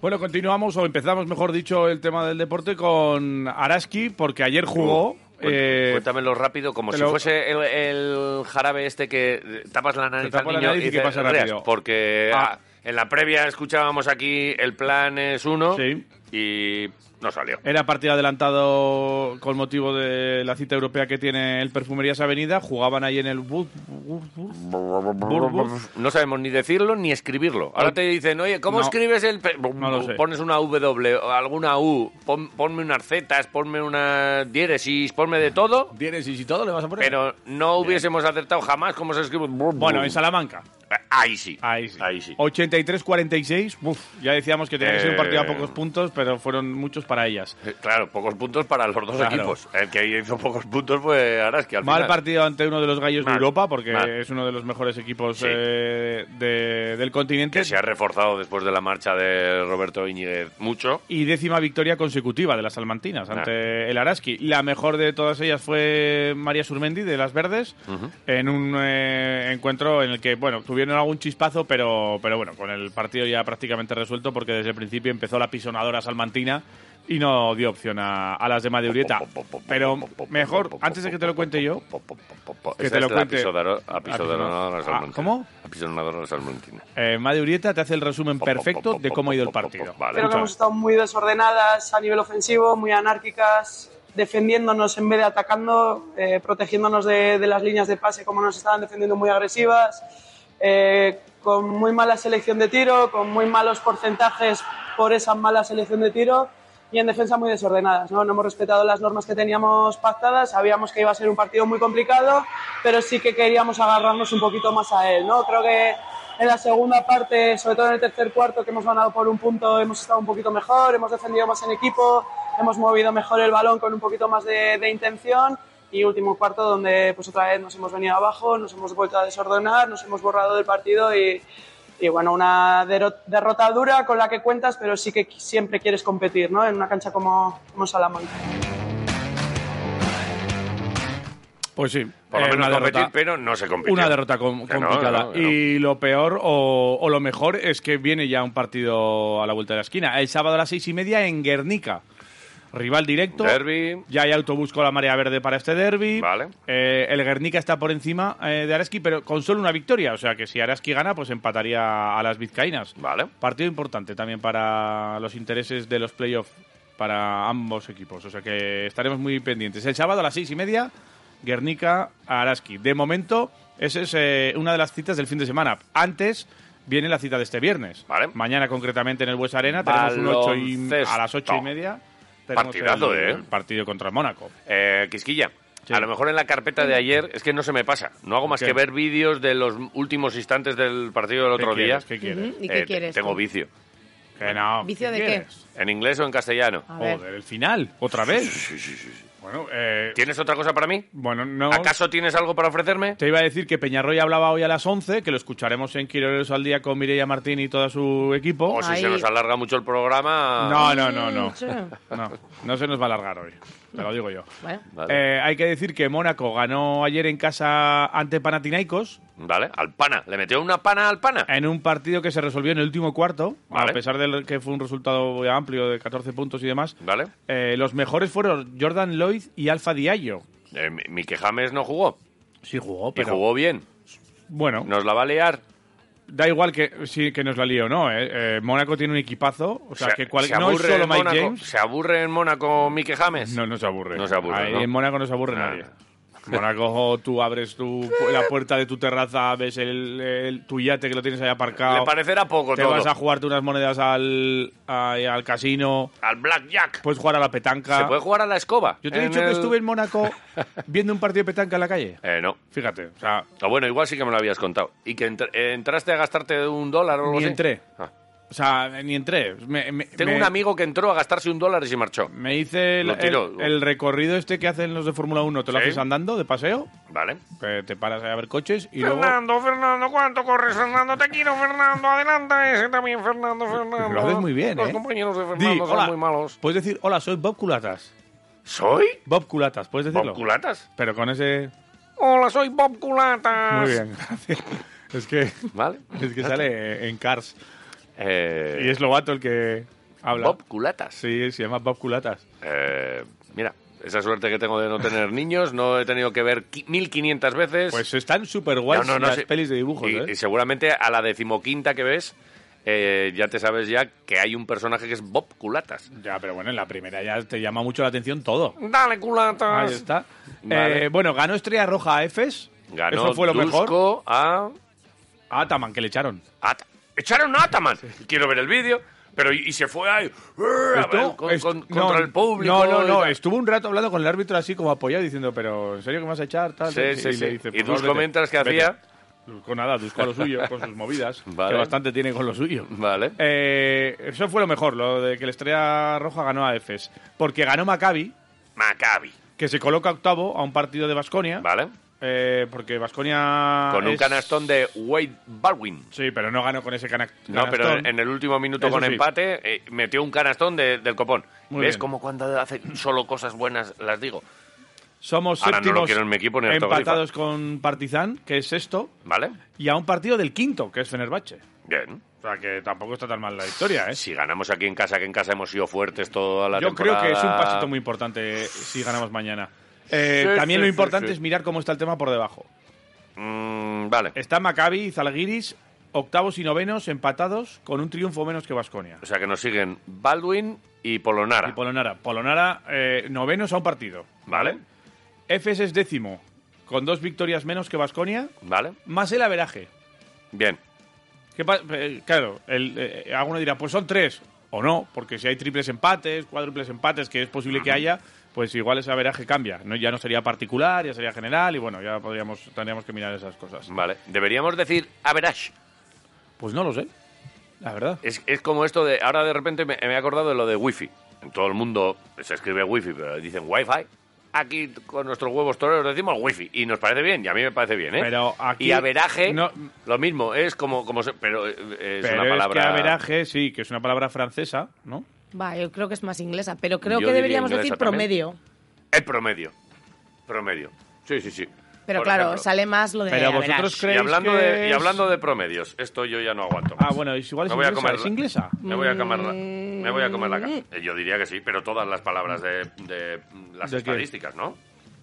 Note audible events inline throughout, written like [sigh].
Bueno, continuamos o empezamos, mejor dicho, el tema del deporte con Araski, porque ayer jugó. eh, Cuéntamelo rápido, como pero- si fuese el, el jarabe este que tapas la nariz Te tapo al la niño nariz y que te pasa rías, rápido. Porque Ah. ah, en la previa escuchábamos aquí el plan es uno Sí. Eh, y no salió. Era partido adelantado con motivo de la cita europea que tiene el Perfumerías Avenida. Jugaban ahí en el Wood- Wood- Wood- No sabemos ni decirlo ni escribirlo. Ahora te dicen, oye, ¿cómo No. escribes el...? pe-?" lo sé. Pones una W, o alguna U, pon- ponme unas zetas, ponme unas diéresis, ponme de todo, Tienes y si todo le vas a poner. pero no hubiésemos acertado jamás cómo se escribe. Bueno, en Salamanca. Ahí sí. Ahí sí. Ahí sí. 83-46. Uf, ya decíamos que tenía que ser un partido a Eh. pocos puntos, pero fueron muchos para ellas. Eh, Claro, pocos puntos para los dos Claro. equipos. El que hizo pocos puntos fue Araski. Al Mal final. partido ante uno de los gallos Mal. de Europa, porque Mal. es uno de los mejores equipos Sí. eh, de- del continente. Que se ha reforzado después de la marcha de Roberto Íñiguez mucho. y décima victoria consecutiva de las salmantinas ante el Araski. La mejor de todas ellas fue María Surmendi de Las Verdes en un eh, encuentro en el que bueno tuvieron algún chispazo, pero pero bueno con el partido ya prácticamente resuelto porque desde el principio empezó la pisonadora salmantina y no dio opción a, a las demás de Urieta. Pero mejor antes de que te lo cuente yo. Que te lo cuente- Apisodonadora Ah, ¿cómo? Apisodonadora Salmantina. Eh, Madre Urieta te hace el resumen perfecto de cómo ha ido el partido. Vale. Creo que hemos estado muy desordenadas a nivel ofensivo, muy anárquicas, defendiéndonos en vez de atacando, eh, protegiéndonos de, de las líneas de pase como nos estaban defendiendo muy agresivas, eh, con muy mala selección de tiro, con muy malos porcentajes por esa mala selección de tiro y en defensa muy desordenadas. ¿no? no hemos respetado las normas que teníamos pactadas, sabíamos que iba a ser un partido muy complicado, pero sí que queríamos agarrarnos un poquito más a él. ¿no? Creo que en la segunda parte, sobre todo en el tercer cuarto, que hemos ganado por un punto, hemos estado un poquito mejor, hemos defendido más en equipo, hemos movido mejor el balón con un poquito más de, de intención. Y último cuarto, donde pues otra vez nos hemos venido abajo, nos hemos vuelto a desordenar, nos hemos borrado del partido y, y bueno, una dero- derrota dura con la que cuentas, pero sí que qui- siempre quieres competir, ¿no? En una cancha como, como Salamanca. Pues sí, Por lo eh, menos una competir, derrota- pero no se compitió. Una derrota com- Que no, complicada. que no, que no. Y lo peor o, o lo mejor es que viene ya un partido a la vuelta de la esquina. El sábado a las seis y media en Guernica. Rival directo. Derby. Ya hay autobús con la marea verde para este derby. Eh, Vale. el Guernica está por encima eh, de Araski, pero con solo una victoria. O sea que si Araski gana, pues empataría a las vizcaínas. Vale. Partido importante también para los intereses de los playoffs para ambos equipos. O sea que estaremos muy pendientes. El sábado a las seis y media, Guernica a Araski. De momento, esa es eh, una de las citas del fin de semana. Antes viene la cita de este viernes. Vale. Mañana, concretamente, en el Bues Arena, tenemos un ocho y, Baloncesto. a las ocho y media. tenemos Partidazo, el, ¿eh? el partido contra el Mónaco. Eh, Quisquilla, Sí. a lo mejor en la carpeta de ayer es que no se me pasa. No hago más qué? que ver vídeos de los últimos instantes del partido del ¿Qué otro día. quieres? ¿Qué quieres? ¿Y qué Eh, te- quieres Tengo tú? vicio. Que no, ¿Vicio de qué? quieres? ¿En inglés o en castellano? A ver. Joder, el final, otra vez. Sí, sí, sí, sí. Bueno, eh, ¿Tienes otra cosa para mí? bueno, no. ¿Acaso tienes algo para ofrecerme? Te iba a decir que Peñarroya hablaba hoy a las 11, que lo escucharemos en Quiroleros al día con Mireia Martín y todo su equipo. O si se Ahí. nos alarga mucho el programa. No, no, no, no. Sí. No, no se nos va a alargar hoy, te lo digo yo. Bueno, Vale, Eh, hay que decir que Mónaco ganó ayer en casa ante Panathinaikos Vale, al pana. ¿Le metió una pana al pana? en un partido que se resolvió en el último cuarto, Vale. a pesar de que fue un resultado amplio de 14 puntos y demás. Vale. Eh, los mejores fueron Jordan Lloyd y Alfa Diallo. Eh, Mi- Miki James no jugó. Sí jugó, Y jugó bien. bueno, ¿Nos la va a liar? da igual que, si, que nos la lío o no. ¿eh? Eh, Mónaco tiene un equipazo. O sea, Se- que cual- se no es aburre solo en Mike Mónaco- James. ¿Se aburre en Mónaco Mike James? No, no se aburre. No se aburre, Ahí ¿no? En Mónaco no se aburre Ah. nadie. Mónaco, tú abres tu, la puerta de tu terraza, ves el, el- tu yate que lo tienes ahí aparcado. Le parecerá poco te todo. vas a jugarte unas monedas al, ahí al casino. Al Blackjack. Puedes jugar a la petanca. ¿Se puede jugar a la escoba? Pues, ah. Yo te he dicho el- que estuve [laughs] en Mónaco viendo un partido de petanca en la calle. Eh, no. Fíjate, o sea, Ah, bueno, igual sí que me lo habías contado. ¿Y que entr- eh, entraste a gastarte un dólar o algo Ni así? entré. Ah. o sea, ni entré. Me- me- Tengo me- un amigo que entró a gastarse un dólar y se marchó. Me hice el, Lo tiró. el- el recorrido este que hacen los de Fórmula 1. Te lo Sí. haces andando, de paseo, ¿Vale? que te paras ahí a ver coches [laughs] y luego... Fernando, Fernando, ¿cuánto corres, Fernando? Te quiero, Fernando. Adelanta ese también, Fernando, Fernando. Lo haces muy bien, Los ¿eh? compañeros de Di, Fernando hola. son muy malos. Puedes decir, hola, soy Bob Culatas. ¿Soy? Bob Culatas, puedes decirlo. ¿Bob Culatas? Pero con ese... Hola, soy Bob Culatas. Muy bien, [laughs] gracias. es que, ¿Vale? es que sale en Cars. Eh, Y es Lobato el que habla. Bob Culatas. Sí, se llama Bob Culatas. Eh, mira, esa suerte que tengo de no tener [laughs] niños, no he tenido que ver qui- 1500 veces. Pues están súper No, guays no, no las sé. pelis de dibujos, y, ¿eh? y seguramente a la decimoquinta que ves, eh, ya te sabes ya que hay un personaje que es Bob Culatas. Ya, pero bueno, en la primera ya te llama mucho la atención todo. Dale, Culatas. Ahí está. Ah, Vale. Eh, bueno, ganó Estrella Roja a EFES. Ganó Eso fue lo mejor. Dusko a... A Ataman, que le echaron. Ata- Echaron a Ataman. Quiero ver el vídeo. Pero y, y se fue ahí. eh, a ver, Estuvo- con- est- con- no, contra el público. No, no, y no. tal. Estuvo un rato hablando con el árbitro así como apoyado, diciendo, pero ¿en serio que me vas a echar? Tal, Sí, sí, y sí. le dice, Y por Dusko favor, vete, mientras que vete. hacía- Dusko nada, Dusko a lo suyo, con [laughs] sus movidas. Vale. Que bastante tiene con lo suyo. Vale. Eh, eso fue lo mejor, lo de que la Estrella Roja ganó a EFES. Porque ganó Maccabi, Maccabi. que se coloca octavo a un partido de Basconia. Eh, Vale. porque Basconia. con un canastón de Wade Baldwin. Sí, pero no ganó con ese cana- canastón. No, pero en el último minuto Eso con sí. empate eh, metió un canastón de- del copón. Muy ¿Ves bien. cómo cuando hace solo cosas buenas las digo? Somos Ahora no lo séptimos quiero en mi equipo ni en Autogrifa. empatados con Partizan, que es sexto, ¿Vale? y a un partido del quinto, que es Fenerbahce. Bien. O sea, que tampoco está tan mal la historia, ¿eh? Si ganamos aquí en casa, que en casa hemos sido fuertes toda la Yo creo temporada. que es un pasito muy importante si ganamos mañana. Eh, Sí, también sí, lo sí, importante sí. es mirar cómo está el tema por debajo. Mm, vale. Está Maccabi y Zalgiris, octavos y novenos, empatados, con un triunfo menos que Vasconia. O sea que nos siguen Baldwin y Polonara. Y Polonara. Polonara, eh, novenos a un partido. ¿Vale? Efes es décimo, con dos victorias menos que Vasconia, ¿Vale? más el averaje. Bien. ¿Qué pa- eh, claro, el, eh, alguno dirá, pues son tres. O no, porque si hay triples empates, cuádruples empates, que es posible que haya, pues igual ese averaje cambia. No, ya no sería particular, ya sería general, y bueno, ya podríamos, tendríamos que mirar esas cosas. Vale. Deberíamos decir average. Pues no lo sé, la verdad. Es, es como esto de. Ahora de repente me, me he acordado de lo de wifi. En todo el mundo se escribe wifi, pero dicen wifi. Aquí con nuestros huevos toreros decimos wifi. Y nos parece bien, y a mí me parece bien, ¿eh? Pero aquí- y averaje, no- lo mismo, es como. como se- pero eh, es Pero una palabra. es que averaje, sí, que es una palabra francesa, ¿no? Va, yo creo que es más inglesa, pero creo Yo que diría deberíamos inglesa decir también. promedio. El promedio. Promedio. Sí, sí, sí. Pero Por claro, ejemplo. sale más lo de Pero average. vosotros Y creéis hablando, que de, y es- hablando de promedios, esto yo ya no aguanto. más. Ah, bueno, es igual es Me voy a inglesa, comer ¿es la- inglesa? Me voy a comer la, me voy a comer la Mm. ca- Eh, Yo diría que sí, pero todas las palabras de, de las ¿De qué? estadísticas, ¿no?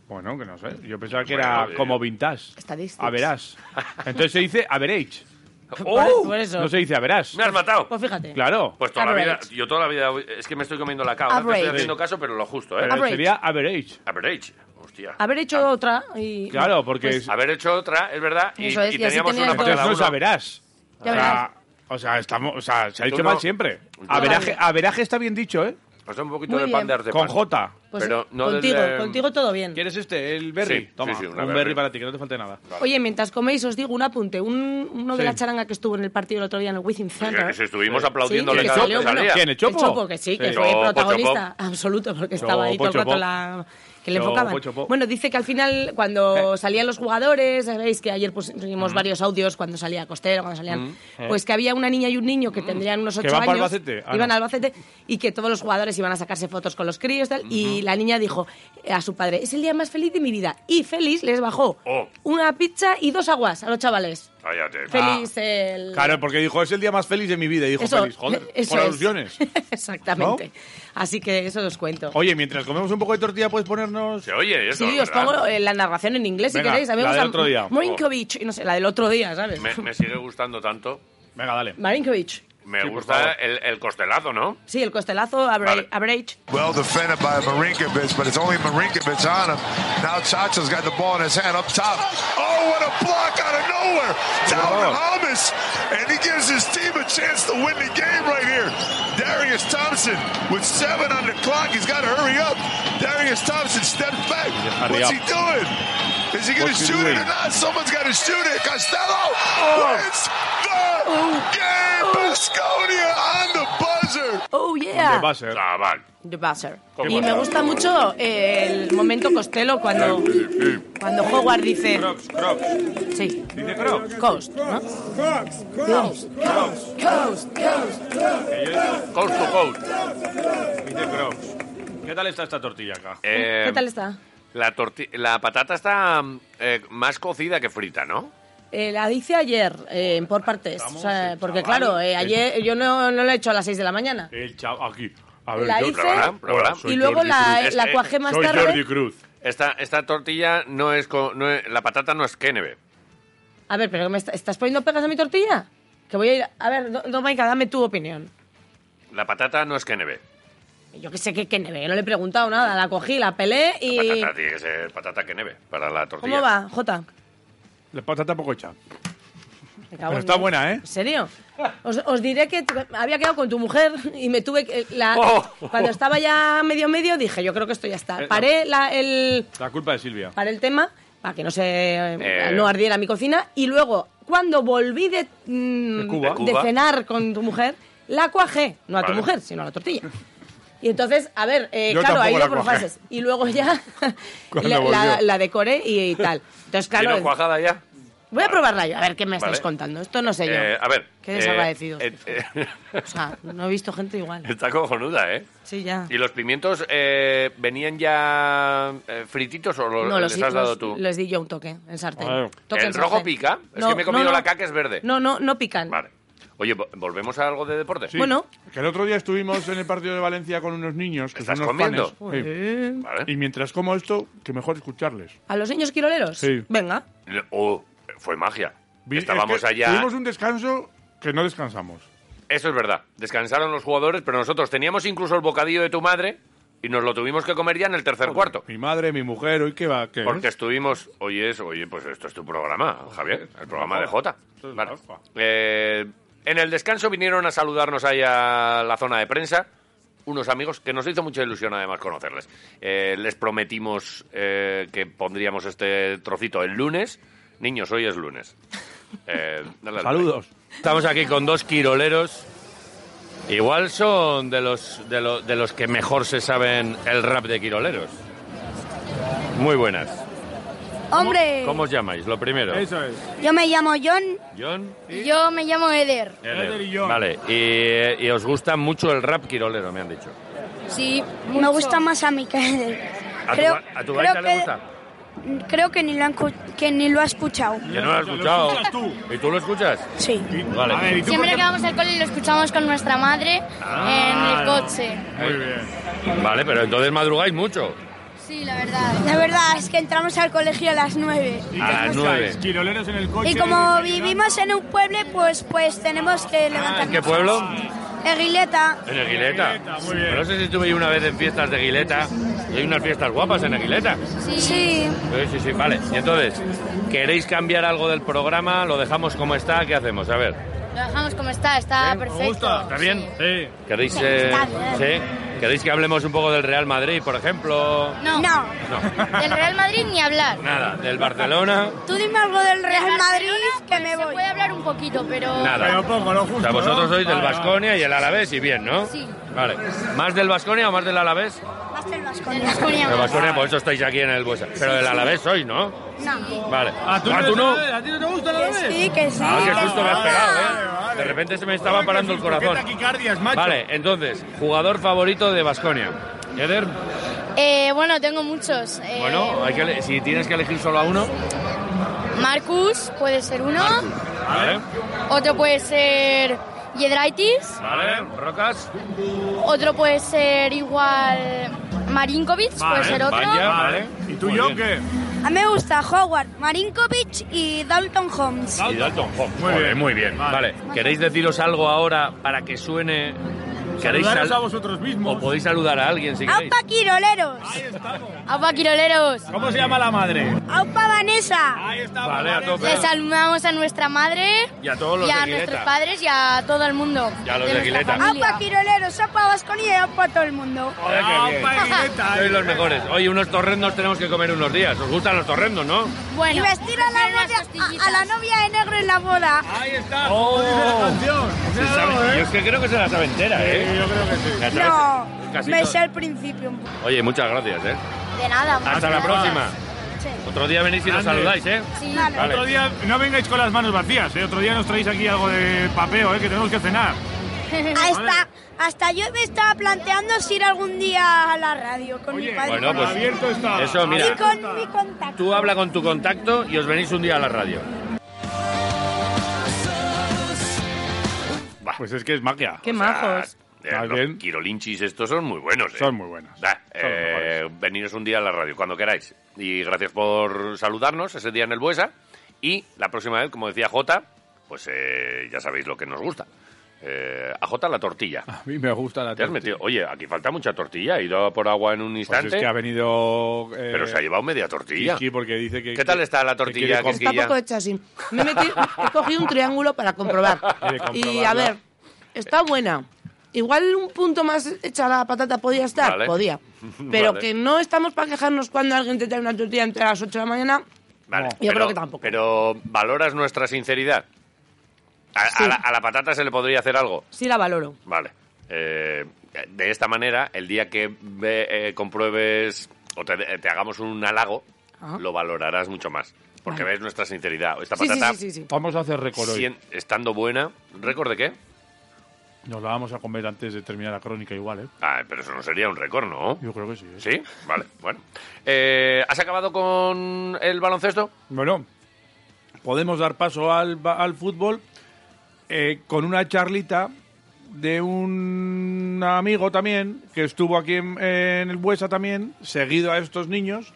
Bueno, que no sé. Yo pensaba que Bueno, eh, era bien. como vintage. Statistics. [laughs] A verás. Entonces se dice average. [laughs] Por- por eso. ¡Oh! No se dice average. ¡Me has matado! Pues fíjate. Claro. Pues toda la vida, Average. yo toda la vida, es que me estoy comiendo la cava, no te estoy Average. haciendo caso, pero lo justo, ¿eh? Pero Average. sería average. Average, hostia. Haber hecho otra y... Ah. Claro, porque Pues- es- Haber hecho otra, es verdad, y, Eso es, y y así teníamos tenías una dos. para entonces cada no es uno. average. Ya o, sea, verás. o sea, estamos, o sea, se ha Tú dicho no- mal siempre. Yo- Averaje, Vale. averaje está bien dicho, ¿eh? Pues un poquito Muy de pan bien. de arte Con pan. J. pues pero no contigo, desde- contigo todo bien. ¿Quieres este? El berry. Sí, Toma, sí, sí, un una berry. berry. para ti, que no te falte nada. Oye, mientras coméis os digo un apunte. Un- uno de Sí. la charanga que estuvo en el partido el otro día en el Within Pues que- Center. que si estuvimos Sí, aplaudiéndole que cada salió, vez que bueno, salía. ¿Quién? ¿El Chopo? El Chopo, que sí, que Sí. fue Chopo, protagonista absoluto, porque estaba ahí todo el Chopo. rato la... que le Chopo, enfocaban. Chopo. Eh. Bueno, dice que al final, cuando salían los jugadores, sabéis que ayer Mm. pusimos varios audios cuando salía Costero, cuando salían... Pues que había una niña y un niño que tendrían unos eh. Mm. Que ocho van para años. Albacete. Ah, iban no. a Albacete y que todos los jugadores iban a sacarse fotos con los críos tal, y la niña dijo a su padre, es el día más feliz de mi vida. Y feliz les bajó Oh. una pizza y dos aguas a los chavales. Cállate. Feliz el... Ah. Claro, porque dijo, es el día más feliz de mi vida. Y dijo, Eso, feliz, joder, [laughs] eso por es. alusiones. Exactamente. Así que eso os cuento. Oye, mientras comemos un poco de tortilla, ¿puedes ponernos...? Se oye eso, Sí, os ¿verdad? pongo eh, la narración en inglés si Venga, queréis. A mí me la del gusta otro día. Marinkovic, y no sé, la del otro día, ¿sabes? Me, me sigue gustando tanto. Venga, dale. Marinkovic. Me Sí, por gusta favor. el, el costelazo, ¿no? Sí, el costelazo, abra- Vale. average. Well defended by Marinkovic, but it's only Marinkovic on him. Now Chacho's got the ball in his hand up top. Oh, what a block out of nowhere. Down Thomas. And he gives his team a chance to win the game right here. Darius Thompson with seven on the clock. He's got to hurry up. Darius Thompson stepped back. hurry What's up. he doing? Is he going to What's he shoot it doing? Oh. or not? Someone's got to shoot it. Costello wins the game. Basconia on the buzzer. Oh, De yeah. base. Chaval. The buzzer. Qué Y me pasada. gusta mucho eh, el momento Costello cuando, cuando Howard dice. Crocs, crocs. Sí. Dice crocs. Coast, ¿no? Coast, coast, coast. Coast to coast. Dice crocs. ¿Qué tal está esta tortilla acá? Eh, ¿Qué tal está? La, torti- la patata está mm, eh, más cocida que frita, ¿no? Eh, la hice ayer, eh, por partes. O sea, porque, claro, eh, ayer yo no, no la he hecho a las 6 de la mañana. El chavo, aquí. A ver, La yo- hice- Probará, probará. Hola, soy Y luego Jordi la, Cruz. la Es- cuajé eh, más Soy Jordi tarde. Cruz. Esta, esta tortilla no es, co- no es- La patata no es Keneve. A ver, pero ¿me est- estás poniendo pegas a mi tortilla? Que voy a ir. A ver, do- Domaika, dame tu opinión. La patata no es Keneve. Yo que sé que, que neve, no le he preguntado nada. La cogí, la pelé y. Patata tiene que ser patata Keneve para la tortilla. ¿Cómo va, Jota? La patata poco hecha. Me cago Pero en está Dios. buena, ¿eh? ¿En serio? Os, os diré que tuve- había quedado con tu mujer y me tuve que... la- Oh. Cuando estaba ya medio medio dije, yo creo que esto ya Eh, está. no. Paré, la, el, La culpa de Silvia. paré el tema para que no se Eh. no ardiera mi cocina y luego, cuando volví de, mm, De Cuba. de De Cuba. cenar con tu mujer, la cuajé. No a tu Vale. mujer, sino a la tortilla. Y entonces, a ver, eh, Yo claro, tampoco ahí la ido por cuajé. fases. Y luego [laughs] ya Cuando la, la- volvió. la decoré y, tal. Entonces, ¿Tiene claro, cuajada ya? voy a probarla yo, a ver qué me estáis Vale. contando. Esto no sé yo. Eh, a ver. Qué eh, desagradecidos. eh, eh, [laughs] O sea, no he visto gente igual. está cojonuda, ¿eh? Sí, ya. ¿Y los pimientos eh, venían ya eh, frititos o los, No, les los, has dado los- tú? les di yo un toque en sartén. Ah. Toque ¿El en rojo sartén. pica? Es que me he comido la caca, es verde. No, no, no pican. Vale. Oye, vo- ¿volvemos a algo de deporte? Sí. Bueno. Que el otro día estuvimos en el partido de Valencia con unos niños que ¿Estás son unos comiendo? fanes. Sí. Eh, Vale. Y mientras como esto, que mejor escucharles. ¿A los niños quiroleros? Sí. Venga. Oh, fue magia. Vi- es Estábamos que allá. Tuvimos un descanso que no descansamos. Eso es verdad. Descansaron los jugadores, pero nosotros teníamos incluso el bocadillo de tu madre y nos lo tuvimos que comer ya en el tercer cuarto. Mi madre, mi mujer, hoy qué va, qué. Porque estuvimos, oye, es, oye, pues esto es tu programa, Javier, el programa de Jota. Esto es Vale. alfa. Eh, en el descanso vinieron a saludarnos ahí a la zona de prensa unos amigos que nos hizo mucha ilusión además conocerles. Eh, les prometimos eh, que pondríamos este trocito el lunes. Niños, hoy es lunes. Eh, dale al play. Saludos. Estamos aquí con dos quiroleros. Igual son de los, de, lo- de los que mejor se saben el rap de quiroleros. Muy buenas. Hombre, ¿Cómo os llamáis? Lo primero. Eso es. yo me llamo John John. y yo me llamo Eder. Eder y John. Vale. Y, y os gusta mucho el rap quirolero, me han dicho. Sí, me gusta más a mí que a Eder. ¿A tu, ba- a tu creo gaita que- le gusta? Creo que ni lo, han cu- que ni lo ha escuchado. Que no lo has escuchado. ¿Y tú lo escuchas? Sí. Vale. Siempre que vamos al cole lo escuchamos con nuestra madre Ah. en el coche. Muy bien. Vale, pero entonces madrugáis mucho. Sí, la verdad. La verdad es que entramos al colegio a las 9. A las nueve. Quiroleros en el coche. Y como vivimos en un pueblo, pues, pues tenemos que Ah, ¿En levantarnos. qué pueblo? Aguileta. En Aguileta. Aguileta, muy bien. No sé si estuve yo una vez en fiestas de Aguileta. Y hay unas fiestas guapas en Aguileta. Sí. Sí, sí, sí, vale. Y entonces, ¿queréis cambiar algo del programa? ¿Lo dejamos como está? ¿Qué hacemos? A ver, Lo dejamos como está, está perfecto. ¿está bien? Sí. ¿queréis, Sí, eh, está bien. ¿sí? ¿Queréis que hablemos un poco del Real Madrid, por ejemplo? No, No. No, del Real Madrid ni hablar. nada. ¿Del Barcelona? Tú dime algo del Real Madrid que me Se voy. puede hablar un poquito, pero... Nada. poco, lo O justo. sea, vosotros sois del Vasconia y el Alavés y bien, ¿no? Sí. Vale. ¿Más del Vasconia o más del Alavés? Más que el vasco. Del Baskonia Del más. Vasconia, por eso estáis aquí en el Buesa. Pero del Alavés sois, ¿no? No. Vale. ¿A Ah, tú no? ¿A ti Ah, no te gusta Que sí, que sí. Ah, qué que susto me has sí. pegado, ¿eh? De repente se me estaba parando el corazón. Vale, entonces, jugador favorito de Vasconia. Eder, Eh, bueno, tengo muchos. Eh, bueno, hay que ele- si tienes que elegir solo a uno, Marcus puede ser uno. Vale. Otro puede ser Yedraitis. Vale, rocas. Pues Otro puede ser igual Marinkovic, puede ser otro. ¿Y tú, yo qué? A mí me gusta Howard, Marinkovic y Dalton Holmes. Y Dalton Hobbs. Muy bien, muy bien. Vale. ¿Queréis deciros algo ahora para que suene? ¿Queréis Saludaros sal- a vosotros mismos. O podéis saludar a alguien si queréis. ¡Aupa Quiroleros! ¡Aupa Quiroleros! ¿Cómo se llama la madre? ¡Aupa Vanessa! Vale, a tope. Le saludamos a nuestra madre Y a todos los y de a Aguileta. nuestros padres y a todo el mundo. Y a los de de Aguileta. nuestra ¡Aupa familia. Quiroleros! ¡Aupa Vasconia y aupa todo el mundo! Joder, qué bien. [laughs] Sois los mejores. Oye, unos torrendos tenemos que comer unos días. ¿Os gustan los torrendos, no? Y Bueno, vestir a la, hacer unas novia, a- costillitas. a la novia de negro en la boda. Ahí está. ¡Oh! Se sabe- Claro, ¿eh? Yo es que creo que se las sabe entera, ¿eh? Yo creo que sí. La sabe- No, casi me todo. sé el principio un poco. Oye, muchas gracias, ¿eh? de nada. Hasta muchas la gracias. próxima. Otro día venís y nos Grande. saludáis, ¿eh? Sí. Vale. Vale. Otro día, no vengáis con las manos vacías, ¿eh? Otro día nos traéis aquí algo de papeo, ¿eh? Que tenemos que cenar. Hasta, hasta yo me estaba planteando si ir algún día a la radio con mi padre. bueno, pues- abierto está. Eso, mira. Ah. y con mi contacto. Tú habla con tu contacto y os venís un día a la radio. Pues es que es magia. Qué O sea, majos. Ah, eh, Más los bien. quirolinchis estos son muy buenos. eh. Son muy buenos. Da, Son los eh, veniros un día a la radio, cuando queráis. Y gracias por saludarnos ese día en el Buesa. Y la próxima vez, como decía Jota, pues eh, ya sabéis lo que nos gusta. Eh, a Jota la tortilla. Ah, A mí me gusta la Te has metido, oye, aquí falta mucha tortilla. He ido a por agua en un Pues instante, es que ha venido... eh, pero se ha llevado media tortilla. Kiki porque dice que... ¿Qué tal está la que quiere tortilla, com- Kiki? Está ya. poco hecha así. Me he, metido- he cogido un triángulo para comprobar. Y Quiere a comprobarla. ver, está buena. Igual un punto más hecha la patata podía estar, Vale. [laughs] podía. Pero Vale. que no estamos para quejarnos cuando alguien te trae una tortilla entre las 8 de la mañana. Vale, Yo creo que tampoco. Pero ¿valoras nuestra sinceridad? A, a Sí. la, a la patata se le podría hacer algo. Sí la valoro. Vale. Eh, de esta manera, el día que ve- eh, compruebes o te, te hagamos un halago, Ajá. lo valorarás mucho más. Porque Vale. ves nuestra sinceridad. Esta Sí, sí, patata, sí, sí, sí. Vamos a hacer récord hoy. sien- estando buena, ¿récord de qué? Nos la vamos a comer antes de terminar la crónica igual, ¿eh? Ah, pero eso no sería un récord, ¿no? Yo creo que sí. ¿eh? Sí, vale, bueno. Eh, ¿Has acabado con el baloncesto? Bueno, podemos dar paso al, ba- al fútbol eh, con una charlita de un amigo también que estuvo aquí en, en el Buesa también, seguido a estos niños,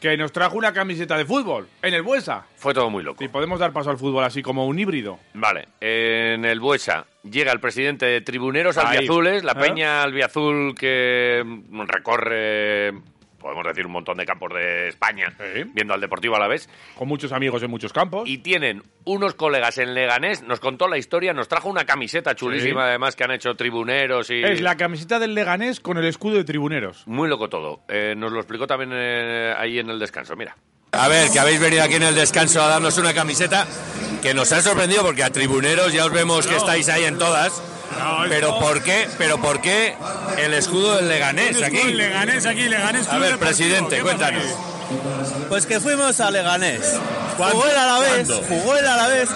que nos trajo una camiseta de fútbol en el Buesa. Fue todo muy loco. Y podemos dar paso al fútbol así como un híbrido. Vale, en el Buesa llega el presidente de Tribuneros Ahí. Albiazules, la ¿Eh? peña albiazul que mm, recorre, podemos decir, un montón de campos de España, Sí. viendo al Deportivo a la vez. Con muchos amigos en muchos campos. Y tienen unos colegas en Leganés, nos contó la historia, nos trajo una camiseta chulísima, Sí. además, que han hecho Tribuneros y... Es la camiseta del Leganés con el escudo de tribuneros. Muy loco todo. Eh, nos lo explicó también eh, ahí en el descanso, mira. A ver, que habéis venido aquí en el descanso a darnos una camiseta que nos ha sorprendido porque a tribuneros ya os vemos que estáis ahí en todas. Pero ¿por qué? Pero ¿por qué el escudo del Leganés aquí? Leganés aquí, Leganés. A ver, presidente, cuéntanos. Pues que fuimos a Leganés. Jugó el Alavés, jugó el Alavés.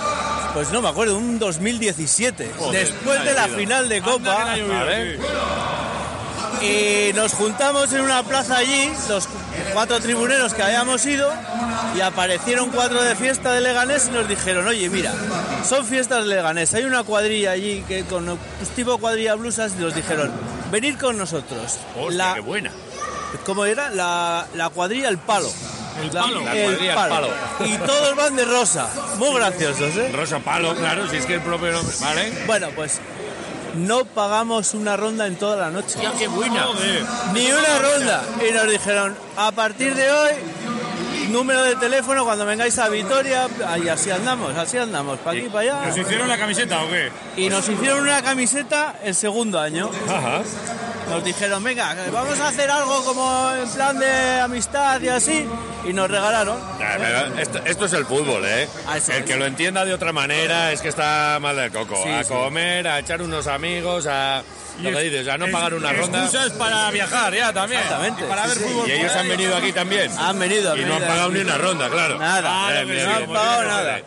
Pues no me acuerdo, un 2017. después de la final de Copa. Vale. Y nos juntamos en una plaza allí, los cuatro tribuneros que habíamos ido, y aparecieron cuatro de fiesta de Leganés y nos dijeron, oye, mira, son fiestas de Leganés, hay una cuadrilla allí que con pues, tipo cuadrilla blusas y nos dijeron, venid con nosotros. La- qué buena. ¿Cómo era? La, la cuadrilla El Palo. El Palo. La el cuadrilla El palo. Palo. Y todos van de rosa. Muy graciosos, ¿eh? Rosa Palo, claro, si es que el propio nombre. Vale. Bueno, pues no pagamos una ronda en toda la noche. qué buena. Ni una ronda. Y nos dijeron, a partir de hoy, número de teléfono cuando vengáis a Vitoria. Y así andamos, así andamos, para aquí, para allá. hicieron la camiseta o qué? Y nos hicieron una camiseta el segundo año. Ajá. Nos dijeron, venga, vamos a hacer algo como en plan de amistad y así. Y nos regalaron. Ah, pero Esto, esto es el fútbol, ¿eh? Ah, eso El es. que lo entienda de otra manera es que está mal del coco. Sí, a sí. comer, a echar unos amigos, a. Lo que dices, a no pagar una ronda. para viajar ya también. Exactamente. para ver Y ellos han venido aquí también. Han venido. Y no han venido. pagado ni una ronda, claro. Ah, eh, Nada. Bien, bien, no bien. han pagado nada.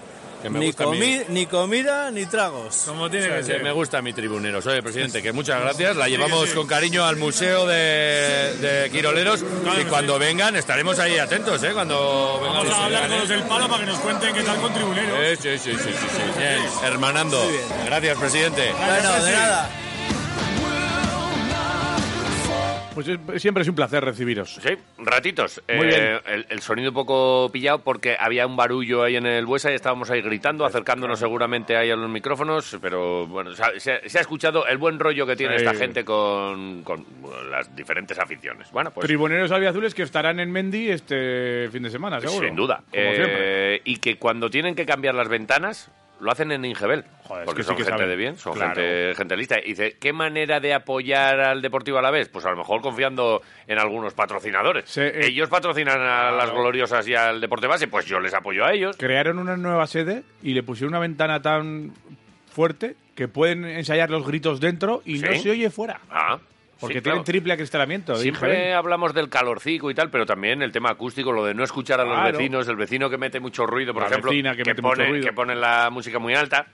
Que me Ni, gusta a mí. comi- ni comida ni tragos. Como Sí, sí, Me gusta mi tribunero. Oye, presidente, que muchas gracias. La llevamos Sí, sí. con cariño al Museo de, de Quiroleros y cuando vengan estaremos ahí atentos, ¿eh? Cuando vengan Vamos los a hablar con los ilegales. del palo para que nos cuenten qué tal con tribuneros. Eh, sí, sí, sí, sí, sí. Bien, hermanando. Muy bien. Gracias, presidente. Bueno, de nada. Pues es- siempre es un placer recibiros. Sí, ratitos. Muy Eh, El, el sonido un poco pillado porque había un barullo ahí en el Buesa y estábamos ahí gritando, acercándonos seguramente ahí a los micrófonos, pero bueno, se ha, se ha- se ha escuchado el buen rollo que tiene Sí. esta gente con, con, bueno, las diferentes aficiones. Bueno, pues... Tribuneros albiazules que estarán en Mendy este fin de semana, seguro. Sin duda. Como Eh, siempre. y que cuando tienen que cambiar las ventanas, lo hacen en Ingebel. porque que sí son que gente saben. de bien, son Claro. gente, gente lista. Y dice, ¿qué manera de apoyar al Deportivo a la vez? Pues a lo mejor confiando en algunos patrocinadores. eh. Ellos patrocinan a las gloriosas y al Deporte Base, pues yo les apoyo a ellos. Crearon una nueva sede y le pusieron una ventana tan fuerte que pueden ensayar los gritos dentro y no Sí. se oye fuera. Ah, Porque sí, claro. tienen triple acristalamiento. Siempre ¿eh? hablamos del calorcico y tal, pero también el tema acústico, lo de no escuchar a los Claro. vecinos, el vecino que mete mucho ruido, por La ejemplo, vecina que mete mucho pone, ruido. Mm. que pone la música muy alta.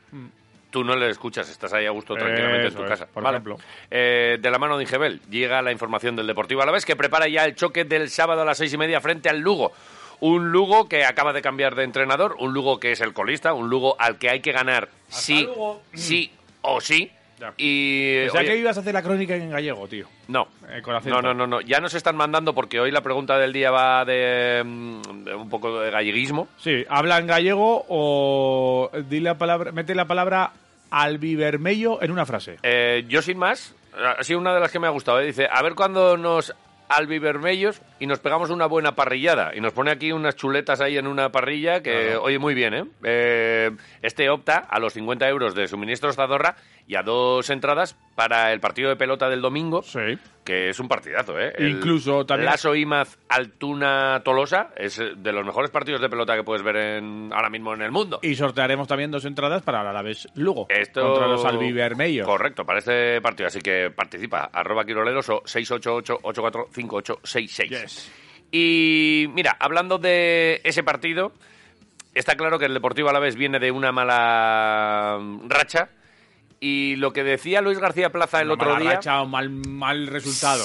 Tú no le escuchas, estás ahí a gusto tranquilamente Eso en tu es, casa. por ejemplo. Eh, de la mano de Ingebel llega la información del Deportivo a la vez que prepara ya el choque del sábado a las seis y media frente al Lugo. Un Lugo que acaba de cambiar de entrenador, un Lugo que es el colista, un Lugo al que hay que ganar sí, luego. sí o sí. Y, O sea eh, oye, que ibas a hacer la crónica en gallego, tío. no. Eh, con acento. No, no, no, no. Ya nos están mandando porque hoy la pregunta del día va de, mm, de un poco de galleguismo. Sí, habla en gallego o di la palabra, mete la palabra albivermello en una frase. Eh, yo sin más, ha sido una de las que me ha gustado. ¿eh? Dice, a ver cuando nos albivermellos y nos pegamos una buena parrillada. Y nos pone aquí unas chuletas ahí en una parrilla que, oye, muy bien, ¿eh? Eh, Este opta a los 50 euros de suministros Zadorra y a dos entradas para el partido de pelota del domingo. Que es un partidazo, ¿eh? El Incluso también- Lasso Imaz Altuna Tolosa es eh, de los mejores partidos de pelota que puedes ver en- ahora mismo en el mundo. Y sortearemos también dos entradas para la Alavés Lugo Esto- contra los albivermellos. Correcto, para este partido. Así que participa. Arroba Quiroleros o 688-845866. Y mira, hablando de ese partido, está claro que el Deportivo Alavés viene de una mala racha. Y lo que decía Luis García Plaza el Una otro mala día... racha o mal, mal resultado.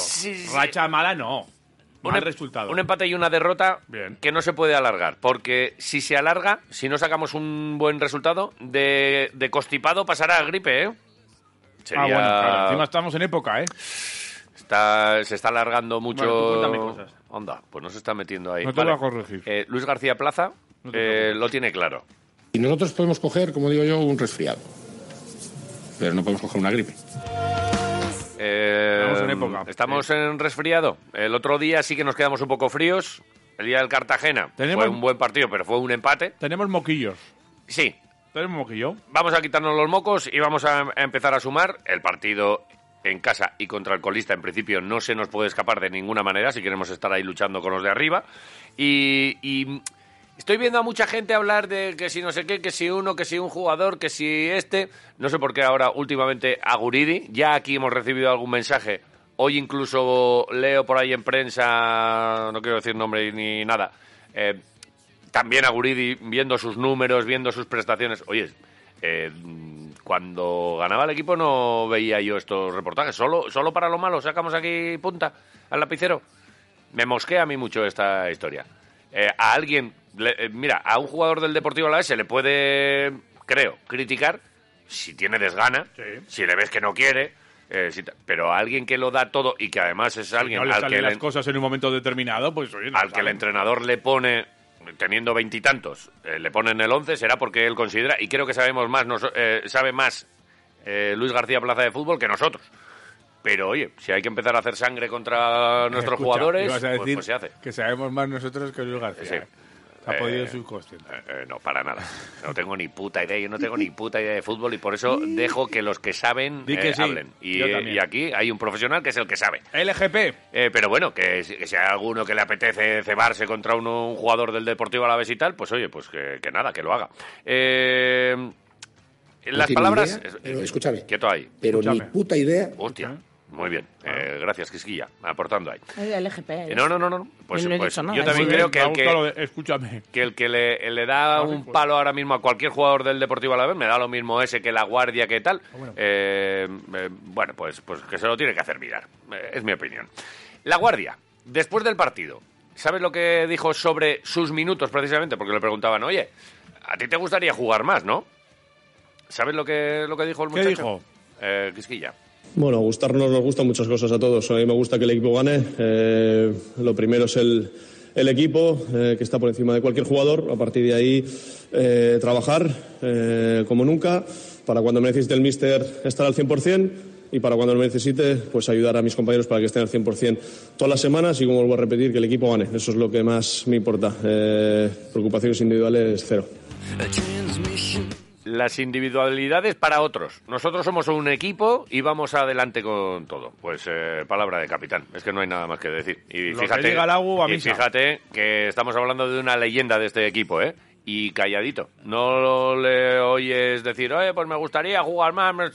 Racha mala no. Mal em- resultado. Un empate y una derrota que no se puede alargar, porque si se alarga, si no sacamos un buen resultado, de, de constipado pasará a gripe, ¿eh? Sería- Ah, bueno, claro, encima estamos en época, ¿eh? está- se está alargando mucho. Bueno, tú cuéntame cosas. Onda, pues no se está metiendo ahí. No te voy a corregir. Eh, Luis García Plaza eh, lo tiene claro. Y nosotros podemos coger, como digo yo, un resfriado. Pero no podemos coger una gripe. Eh, Estamos en época. estamos en resfriado. El otro día sí que nos quedamos un poco fríos. El día del Cartagena Tenemos- fue un buen partido, pero fue un empate. Tenemos moquillos. Sí. Tenemos moquillo. Vamos a quitarnos los mocos y vamos a a empezar a sumar el partido en casa y contra el colista. En principio no se nos puede escapar de ninguna manera si queremos estar ahí luchando con los de arriba. Y, y estoy viendo a mucha gente hablar de que si no sé qué, que si uno, que si un jugador, que si este. No sé por qué ahora últimamente a Guridi. Ya aquí hemos recibido algún mensaje. Hoy incluso leo por ahí en prensa, no quiero decir nombre ni nada. eh, también a Guridi, viendo sus números, viendo sus prestaciones. Oye, eh, cuando ganaba el equipo no veía yo estos reportajes. Solo, solo para lo malo, sacamos aquí punta al lapicero. Me mosquea a mí mucho esta historia. Eh, a alguien, le- eh, mira, a un jugador del Deportivo Alavés se le puede, creo, criticar si tiene desgana, si le ves que no quiere, eh, si ta- pero a alguien que lo da todo y que además es alguien No le al que salen le, las cosas en un momento determinado, pues oye, no al que el salen. entrenador le pone, teniendo veintitantos, eh, le pone en el once, será porque él considera, y creo que sabemos más, nos- eh, sabe más eh, Luis García Plaza de Fútbol que nosotros. Pero oye, si hay que empezar a hacer sangre contra nuestros Escucha, jugadores, ibas a pues- decir pues se hace. Que sabemos más nosotros que Luis García. Sí. Ha Eh, podido subconsciente. Eh, eh, no, para nada. No tengo ni puta idea. Yo no tengo ni puta idea de fútbol y por eso dejo que los que saben Di que eh, sí. hablen. Y, Yo eh, también. y aquí hay un profesional que es el que sabe. LGP. Eh, pero bueno, que, si- que si hay alguno que le apetece cebarse contra uno, un jugador del Deportivo Alavés y tal, pues oye, pues que, que nada, que lo haga. Eh, las tiene palabras... idea, pero escúchame. Quieto ahí. Pero ni Escúchame. puta idea Hostia. Muy bien, Ah. Eh, gracias, Quisquilla, aportando ahí. El EGP. Eh, No, no, no, no. no. Pues, Yo no he pues dicho nada, ¿eh? yo es también muy creo bien. que Me el ha que, gustado escúchame. que el que le, le da un palo ahora mismo a cualquier jugador del Deportivo Alavés, me da lo mismo ese que la guardia que tal. Eh, eh, bueno, pues, pues que se lo tiene que hacer mirar. Eh, es mi opinión. La guardia, después del partido, ¿sabes lo que dijo sobre sus minutos precisamente? Porque le preguntaban, oye, a ti te gustaría jugar más, ¿no? ¿Sabes lo que, lo que dijo el muchacho? dijo? Eh, Quisquilla. Bueno, gustarnos nos gustan muchas cosas a todos. A mí me gusta que el equipo gane. Eh, lo primero es el, el equipo, eh, que está por encima de cualquier jugador. A partir de ahí, eh, trabajar eh, como nunca. Para cuando me necesite el míster, estar al 100%. Y para cuando me necesite, pues ayudar a mis compañeros para que estén al 100% todas las semanas. Y como vuelvo a repetir, que el equipo gane. Eso es lo que más me importa. Eh, preocupaciones individuales, cero. las individualidades para otros. Nosotros somos un equipo y vamos adelante con todo. Pues eh, palabra de capitán, es que no hay nada más que decir. Y Lo que fíjate, diga Lagu, a y misa. fíjate que estamos hablando de una leyenda de este equipo, ¿eh? Y calladito. No le oyes decir, oye, pues me gustaría jugar más. me-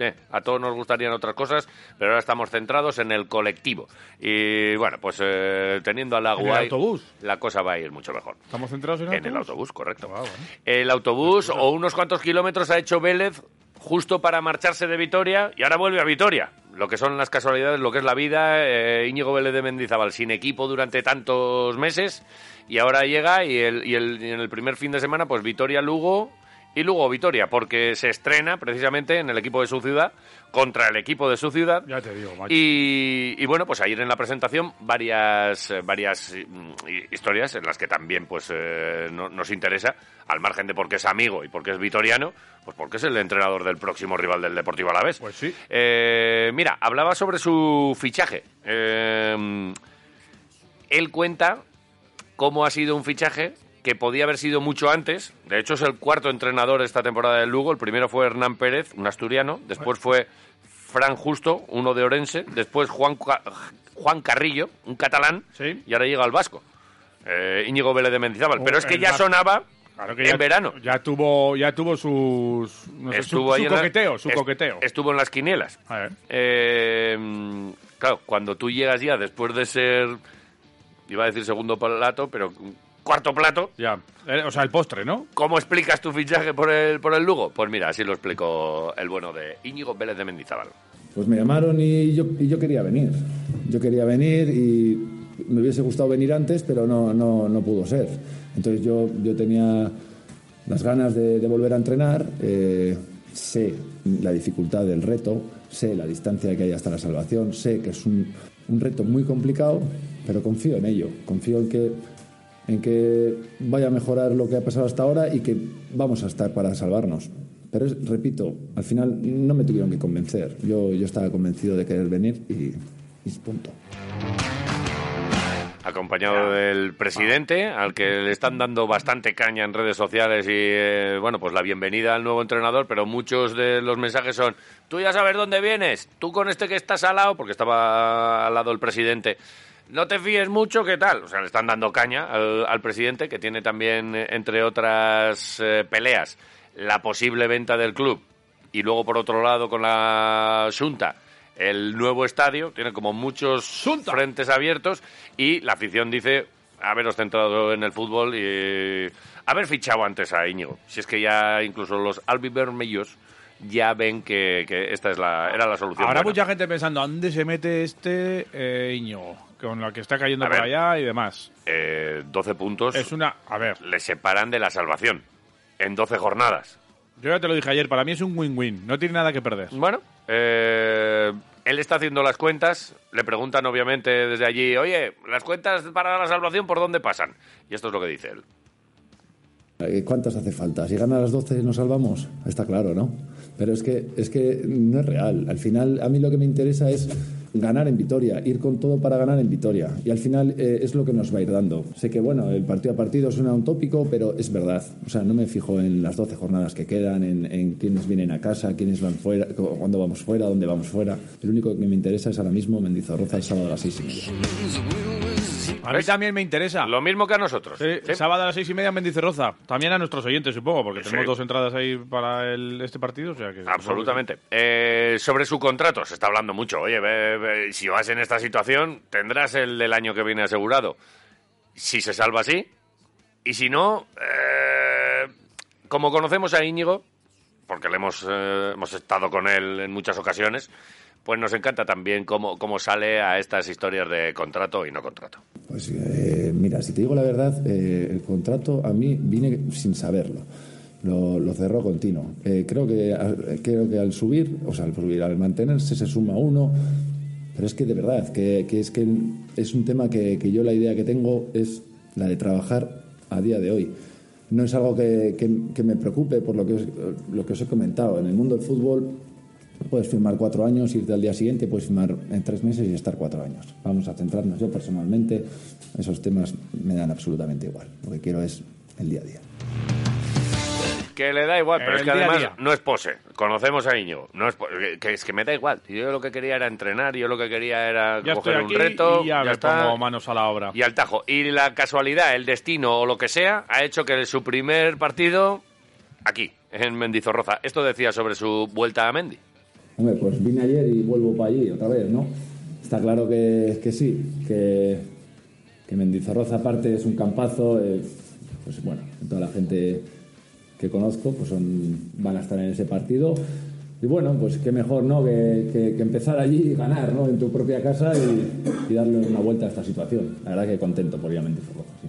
Eh, a todos nos gustarían otras cosas, pero ahora estamos centrados en el colectivo. Y bueno, pues eh, teniendo a Lagu En el ahí, autobús. la cosa va a ir mucho mejor. ¿Estamos centrados en, En el autobús, correcto. El autobús o unos cuantos kilómetros ha hecho Vélez justo para marcharse de Vitoria y ahora vuelve a Vitoria. Lo que son las casualidades, lo que es la vida. eh, Íñigo Vélez de Mendizábal sin equipo durante tantos meses y ahora llega y, el- y el- y en el primer fin de semana pues Vitoria-Lugo y Lugo-Vitoria porque se estrena precisamente en el equipo de su ciudad contra el equipo de su ciudad. Ya te digo, macho. Y, y bueno, pues ayer en la presentación varias, eh, varias eh, mm, hi- historias en las que también pues eh, no- nos interesa, al margen de porque es amigo y porque es vitoriano, pues porque es el entrenador del próximo rival del Deportivo Alavés. Pues sí. mira, hablaba sobre su fichaje. Eh, él cuenta cómo ha sido un fichaje que podía haber sido mucho antes. De hecho, es el cuarto entrenador esta temporada del Lugo. El primero fue Hernán Pérez, un asturiano. Después fue Fran Justo, uno de Orense. Después Juan, Ca- Juan Carrillo, un catalán. Y ahora llega el vasco, eh, Íñigo Vélez de Mendizábal. Uh, Pero es que ya sonaba que en ya- verano. Ya tuvo, ya tuvo sus, no sé, su, su ahí en la- coqueteo, su est- coqueteo. Ah. Estuvo en las quinielas. Eh, mm, claro, cuando tú llegas ya después de ser, iba a decir segundo plato, pero cuarto plato. Ya. Eh, O sea, el postre, ¿no? ¿Cómo explicas tu fichaje por el, por el Lugo? Pues mira, así lo explicó el bueno de Íñigo Vélez de Mendizábal. Pues me llamaron y yo, y yo quería venir. Yo quería venir y me hubiese gustado venir antes, pero no, no, no pudo ser. Entonces yo, yo tenía las ganas de, de volver a entrenar. eh, sé la dificultad del reto, sé la distancia que hay hasta la salvación, sé que es un, un reto muy complicado, pero confío en ello. Confío en que, en que vaya a mejorar lo que ha pasado hasta ahora y que vamos a estar para salvarnos. Pero es- repito, al final no me tuvieron que convencer. Yo, yo estaba convencido de querer venir y, y punto. acompañado del presidente, al que le están dando bastante caña en redes sociales y, eh, bueno, pues la bienvenida al nuevo entrenador, pero muchos de los mensajes son, tú ya sabes dónde vienes, tú con este que estás al lado, porque estaba al lado el presidente, no te fíes mucho, ¿qué tal? O sea, le están dando caña al, al presidente, que tiene también, eh, entre otras eh, peleas, la posible venta del club y luego, por otro lado, con la Junta, el nuevo estadio, tiene como muchos frentes abiertos y la afición dice haberos centrado en el fútbol y haber fichado antes a Íñigo. Si es que ya incluso los albivermellos ya ven que, que esta es la, era la solución. Habrá buena. mucha gente pensando, ¿a dónde se mete este eh, Íñigo? Con la que está cayendo A para ver. allá y demás. Eh, 12 puntos Es una... A ver. le separan de la salvación en 12 jornadas. Yo ya te lo dije ayer, para mí es un win-win, no tiene nada que perder. Bueno, Eh, él está haciendo las cuentas, le preguntan obviamente desde allí, oye, las cuentas para la salvación, ¿por dónde pasan? Y esto es lo que dice él. Eh, ¿Cuántas hace falta? Si gana a las 12 nos salvamos. Está claro, ¿no? Pero es que, es que no es real. Al final, a mí lo que me interesa es ganar en Vitoria, ir con todo para ganar en Vitoria. Y al final eh, es lo que nos va a ir dando. Sé que, bueno, el partido a partido suena un tópico, pero es verdad. O sea, no me fijo en las 12 jornadas que quedan, en, en quiénes vienen a casa, quiénes van fuera, cu- cuándo vamos fuera, dónde vamos fuera. El único que me interesa es ahora mismo Mendizorroza el sábado a las 6 y media. A mí también me interesa. Lo mismo que a nosotros. Sábado a las seis y media en Mendizorroza. También a nuestros oyentes, supongo, porque tenemos dos entradas ahí para el- este partido. O sea que Absolutamente. Eh, sobre su contrato, se está hablando mucho. Oye, ve- ve, si vas en esta situación, tendrás el del año que viene asegurado. Si se salva así, y si no, eh, como conocemos a Íñigo, porque le hemos, eh, hemos estado con él en muchas ocasiones, pues nos encanta también cómo, cómo sale a estas historias de contrato y no contrato. Pues eh, mira, si te digo la verdad, eh, el contrato a mí vine sin saberlo. Lo, lo cerró continuo. Eh, creo, que, al- creo que al subir, o sea, al subir, al mantenerse se suma uno. Pero es que de verdad, que, que es que es un tema que, que yo la idea que tengo es la de trabajar a día de hoy. No es algo que, que- que me preocupe por lo que, os, lo que os he comentado. En el mundo del fútbol Puedes firmar cuatro años, irte al día siguiente, puedes firmar en tres meses y estar cuatro años. Vamos a centrarnos. Yo personalmente, esos temas me dan absolutamente igual. Lo que quiero es el día a día. Que le da igual, pero El es que día a además día. no es pose. Conocemos a Íñigo. No es, po- que- que es que me da igual. Yo lo que quería era entrenar, yo lo que quería era Ya coger estoy un aquí reto. y ya me está. pongo manos a la obra. Y al tajo. Y la casualidad, el destino o lo que sea, ha hecho que su primer partido aquí, en Mendizorroza. Esto decía sobre su vuelta a Mendy. Hombre, pues vine ayer y vuelvo para allí otra vez, ¿no? Está claro que, que sí, que, que Mendizorroza aparte es un campazo, eh, pues bueno, toda la gente que conozco pues son, van a estar en ese partido. Y bueno, pues qué mejor, ¿no? Que, que- que empezar allí y ganar, ¿no? En tu propia casa y, y darle una vuelta a esta situación. La verdad que contento, por ir a Mendizorroza, sí.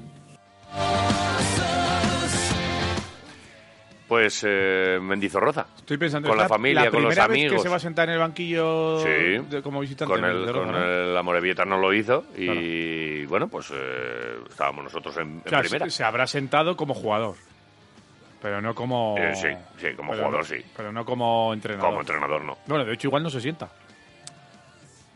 Pues eh, Mendizorroza. Estoy pensando Con es la familia, con los primera vez que amigos. se va a sentar en el banquillo Sí, de- como visitante. con de el, Mendizorroza, con ¿no? el Amorebieta no lo hizo y bueno, pues eh, estábamos nosotros en, en O sea, primera. se- se habrá sentado como jugador, pero no como... Eh, sí, sí, como pero jugador no- sí. Pero no como entrenador. Como entrenador no. Bueno, de hecho igual no se sienta.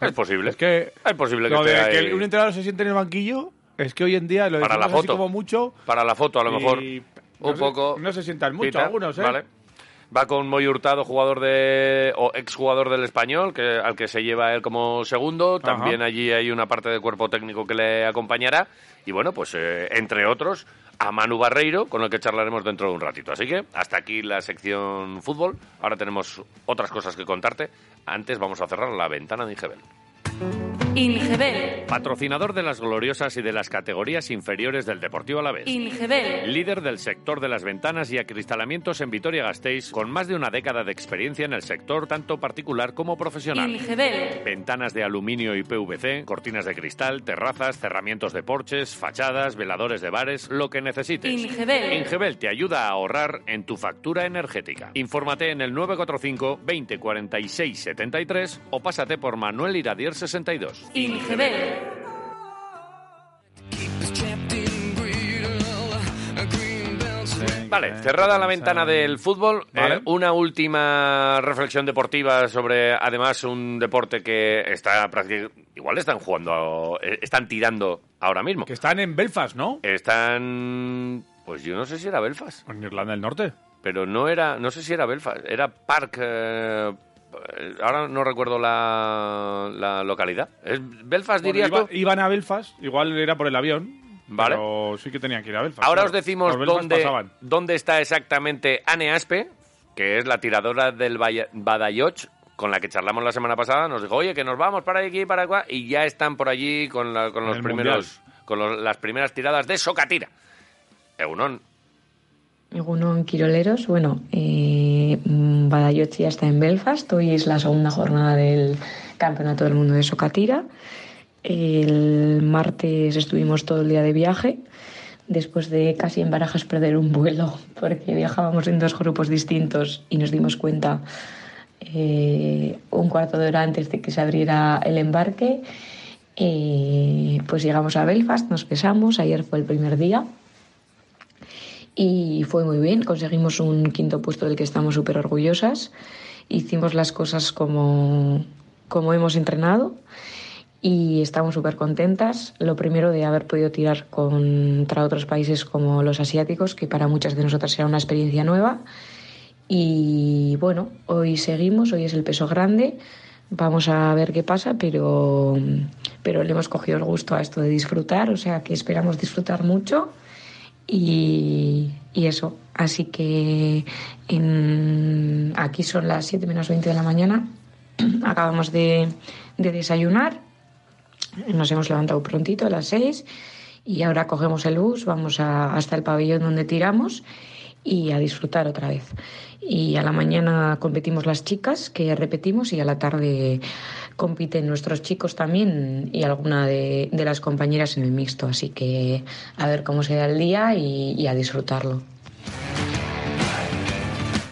Es posible. Es que es posible que, Lo de esté que ahí. un entrenador se siente en el banquillo es que hoy en día lo Para la decimos así foto. como mucho. Para la foto, a lo y mejor. no un se- poco. No se sientan mucho pita, algunos, ¿eh? Vale. Va con Moy Hurtado, jugador de. o exjugador del español, que, al que se lleva él como segundo. Ajá. También allí hay una parte de cuerpo técnico que le acompañará. Y bueno, pues eh, entre otros, a Manu Barreiro, con el que charlaremos dentro de un ratito. Así que hasta aquí la sección fútbol. Ahora tenemos otras cosas que contarte. Antes vamos a cerrar la ventana de Ingebel. Ingebel. Patrocinador de las gloriosas y de las categorías inferiores del Deportivo Alavés. Ingebel. Líder del sector de las ventanas y acristalamientos en Vitoria-Gasteiz, con más de una década de experiencia en el sector tanto particular como profesional. Ingebel. Ventanas de aluminio y PVC, cortinas de cristal, terrazas, cerramientos de porches, fachadas, veladores de bares, lo que necesites. Ingebel. Ingebel E te ayuda a ahorrar en tu factura energética. Infórmate en el 945 20 46 73 o pásate por Manuel Iradier 62. Ingebel. Vale, cerrada la ventana del fútbol, Vale. eh, una última reflexión deportiva sobre, además, un deporte que está prácti- igual están jugando, eh, están tirando ahora mismo. Que están en Belfast, ¿no? Están, pues yo no sé si era Belfast. En Irlanda del Norte. Pero no era, no sé si era Belfast, era Park. eh, ahora no recuerdo la, la localidad. ¿Es Belfast Bueno, dirías iba- tú? Iban a Belfast, igual era por el avión. Vale. Pero sí que tenían que ir a Belfast. Ahora claro. os decimos Por Belfast dónde, pasaban. dónde está exactamente Ane Aspe, que es la tiradora del Valle- Badajoz, con la que charlamos la semana pasada. Nos dijo, oye, que nos vamos para aquí, para acá, y ya están por allí con, la- con los el primeros, con los- las primeras tiradas de Socatira. Egunon, Egunon Quiroleros, bueno, eh, mm, Badajoz ya está en Belfast, hoy es la segunda jornada del Campeonato del Mundo de Socatira. El martes estuvimos todo el día de viaje, después de casi en barajas perder un vuelo, [laughs] porque viajábamos en dos grupos distintos y nos dimos cuenta eh, un cuarto de hora antes de que se abriera el embarque. Eh, pues llegamos a Belfast, nos pesamos, ayer fue el primer día y fue muy bien. Conseguimos un quinto puesto del que estamos súper orgullosas. Hicimos las cosas como como hemos entrenado y estamos súper contentas. Lo primero de haber podido tirar contra otros países como los asiáticos, que para muchas de nosotras era una experiencia nueva. Y bueno, hoy seguimos, hoy es el peso grande. Vamos a ver qué pasa, pero, pero le hemos cogido el gusto a esto de disfrutar, o sea que esperamos disfrutar mucho y, y eso. Así que en- aquí son las 7 menos 20 de la mañana, [clears throat] acabamos de, de desayunar, nos hemos levantado prontito a las 6 y ahora cogemos el bus, vamos a- hasta el pabellón donde tiramos y a disfrutar otra vez. Y a la mañana competimos las chicas, que repetimos, y a la tarde compiten nuestros chicos también y alguna de, de las compañeras en el mixto. Así que a ver cómo se da el día y- y a disfrutarlo.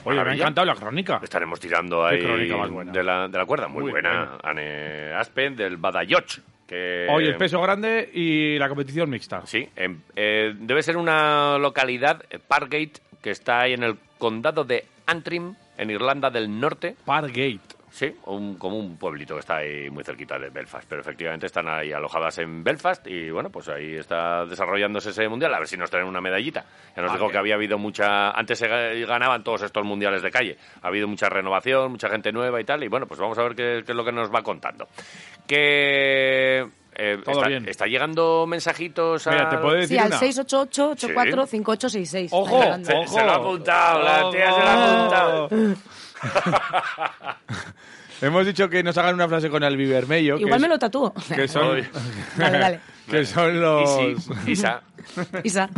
Oye, me ha encantado la crónica. Estaremos tirando Qué ahí crónica más buena. de la, de la cuerda. Muy, buena. Anne Aspen del Badajoz. Que... Hoy el peso grande y la competición mixta. Sí, em, eh, debe ser una localidad, eh, Pargate, que está ahí en el condado de Antrim, en Irlanda del Norte. Pargate. Sí, un- como un pueblito que está ahí muy cerquita de Belfast, pero efectivamente están ahí alojadas en Belfast y bueno, pues ahí está desarrollándose ese mundial, a ver si nos traen una medallita. Ya Ah, nos dijo que había habido mucha, antes se ga- ganaban todos estos mundiales de calle, ha habido mucha renovación, mucha gente nueva y tal, y bueno, pues vamos a ver qué, qué es lo que nos va contando. Que... eh, Todo está, bien. está llegando mensajitos a... Mira, te puedo Sí, al 688-845866. Ojo, Ahí anda. se, se lo ha apuntado, la tía se lo Oh. ha apuntado. [laughs] Hemos dicho que nos hagan una frase con el bibermello. que Igual es- me lo tatúo. que son, [laughs] Dale, dale. [laughs] que son los... Isi, Isa. Isa.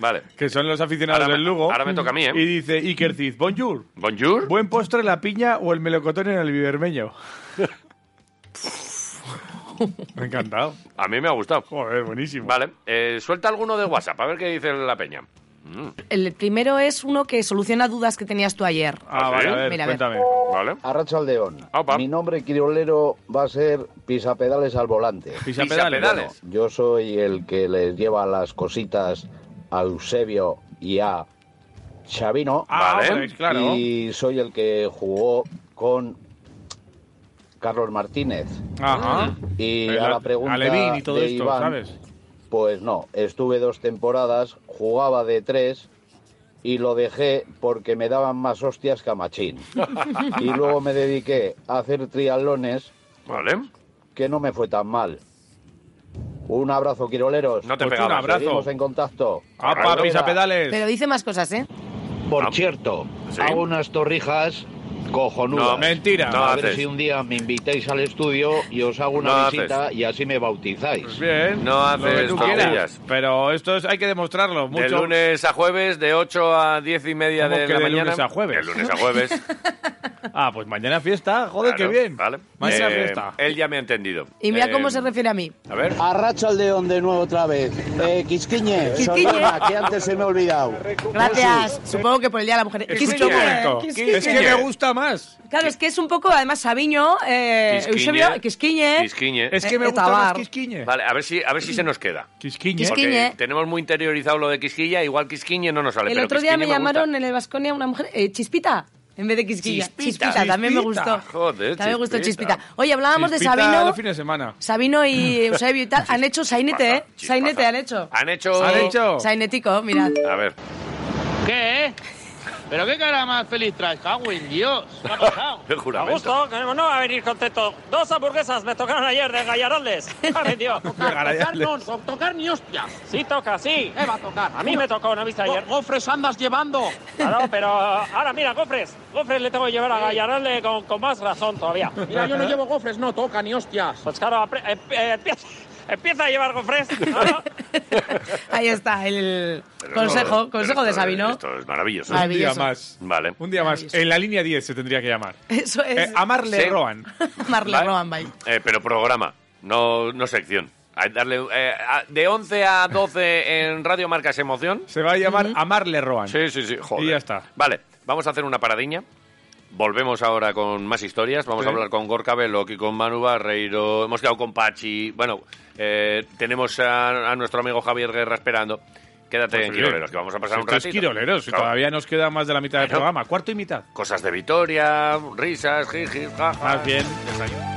Vale. Que son los aficionados del Lugo. ahora me toca a mí, ¿eh? Y dice Iker Cid, bonjour. Bonjour. Buen postre la piña o el melocotón en el [laughs] bibermeño. me ha encantado. A mí me ha gustado. Joder, buenísimo. Vale, eh, suelta alguno de WhatsApp, a ver qué dice la peña. Mm. El primero es uno que soluciona dudas que tenías tú ayer. Ah, vale, a ver, Mira, cuéntame. Vale. Arracha Aldeón. Mi nombre quirolero va a ser Pisapedales al volante. Pisapedales. Pisapedales. Bueno, yo soy el que les lleva las cositas a Eusebio y a Chavino. Ah, Vale. hombre, claro. Y soy el que jugó con Carlos Martínez. Ajá. Y El a la a- pregunta Alevín y todo de esto, Iván, ¿sabes? Pues no, estuve dos temporadas, jugaba de tres y lo dejé porque me daban más hostias que a Machín. Y luego me dediqué a hacer triatlones, que no me fue tan mal. Un abrazo, Quiroleros. No te Pues un pegabas. eh. abrazo. Seguimos en contacto. ¡Apa, pisa pedales! Pero dice más cosas, ¿eh? Por Ah, cierto, hago unas torrijas cojonudas. No, mentira. No a ver haces. si un día me invitáis al estudio y os hago una No haces. visita y así me bautizáis. Pues Bien. No Lo que haces tú quieras. tortillas. Pero esto es, hay que demostrarlo. Mucho. De lunes a jueves, de 8 a 10 y media ¿Cómo de que la de mañana. lunes a jueves? De lunes a [laughs] jueves. Ah, pues mañana fiesta. Joder, Claro, qué bien. Vale. Mañana Eh, fiesta. Él ya me ha entendido. Y mira Eh, cómo se refiere a mí. A ver. Arracha al deón de nuevo otra vez. Eh, Quisquiñe, Quisquiñe. Solana, que antes se me ha olvidado. Gracias. Supongo que por el Día de la Mujer. Quisquiñe, quisquiñe. Es que me gusta más. Claro, es que es un poco, además, Sabiño, eh, Quisquiñe. Eusebio, Quisquiñe. Quisquiñe. Es que me Eh, gusta más Tabar. Quisquiñe. Vale, a ver si, a ver si se nos queda. Quisquiñe. Porque Quisquiñe. tenemos muy interiorizado lo de Quisquilla, igual Quisquiñe no nos sale. El pero otro día Quisquiñe me gusta. llamaron en el Vasconia una mujer, eh, Chispita, en vez de Quisquilla. Chispita. también me Chispita. gustó. Joder, también me gustó Chispita. Chispita. Oye, hablábamos Chispita de Sabino. los fines de semana. Sabino y Eusebio y tal han hecho sainete, ¿eh? Sainete han hecho. Han hecho. [laughs] Sainetico, mirad. A ver. ¿Qué? ¿Pero qué cara más feliz traes? ¡Cago en Dios! ¿Qué ha pasado? [laughs] El A juramento. gusto, que no va a venir contento. Dos hamburguesas me tocaron ayer de [laughs] Gallarales. ¡Cago en Dios! Gallarales. no, son tocar ni hostia. Sí toca, sí. ¿Qué va a tocar? A mí me tocó una vista ayer. ¡Gofres andas llevando! Claro, pero ahora mira, Gofres. Gofres le tengo que llevar a Gallarales con, con más razón todavía. Mira, yo no llevo gofres, no toca ni hostias. Pues claro, apre- eh, eh, empieza, [laughs] empieza a llevar Gofres. [laughs] Ahí está el Pero consejo, esto- consejo de esto- Sabino. Esto es maravilloso. Maravilloso. Un día más. Vale. Un día más. En la línea 10 se tendría que llamar. Eso es. Eh, [laughs] a Marle Sí. Roan. Marle Vale. Rohan, bye. Eh, pero programa, no, no sección. Hay darle, eh, a- de 11 a 12 en Radio Marcas Emoción. Se va a llamar Amarle Roan. Sí, sí, sí. Joder. Y ya está. Vale, vamos a hacer una paradiña. Volvemos ahora con más historias. Vamos Sí. a hablar con Gorka Veloc y con Manu Barreiro. Hemos quedado con Pachi. Bueno, eh, tenemos a, a nuestro amigo Javier Guerra esperando. Quédate en sí. Quiroleros, que vamos a pasar Pues Si un esto es ratito. Quiroleros, si Claro. todavía nos queda más de la mitad del Bueno. programa. Cuarto y mitad. Cosas de Vitoria, risas, jiji, jaja. Más bien. Desayuno.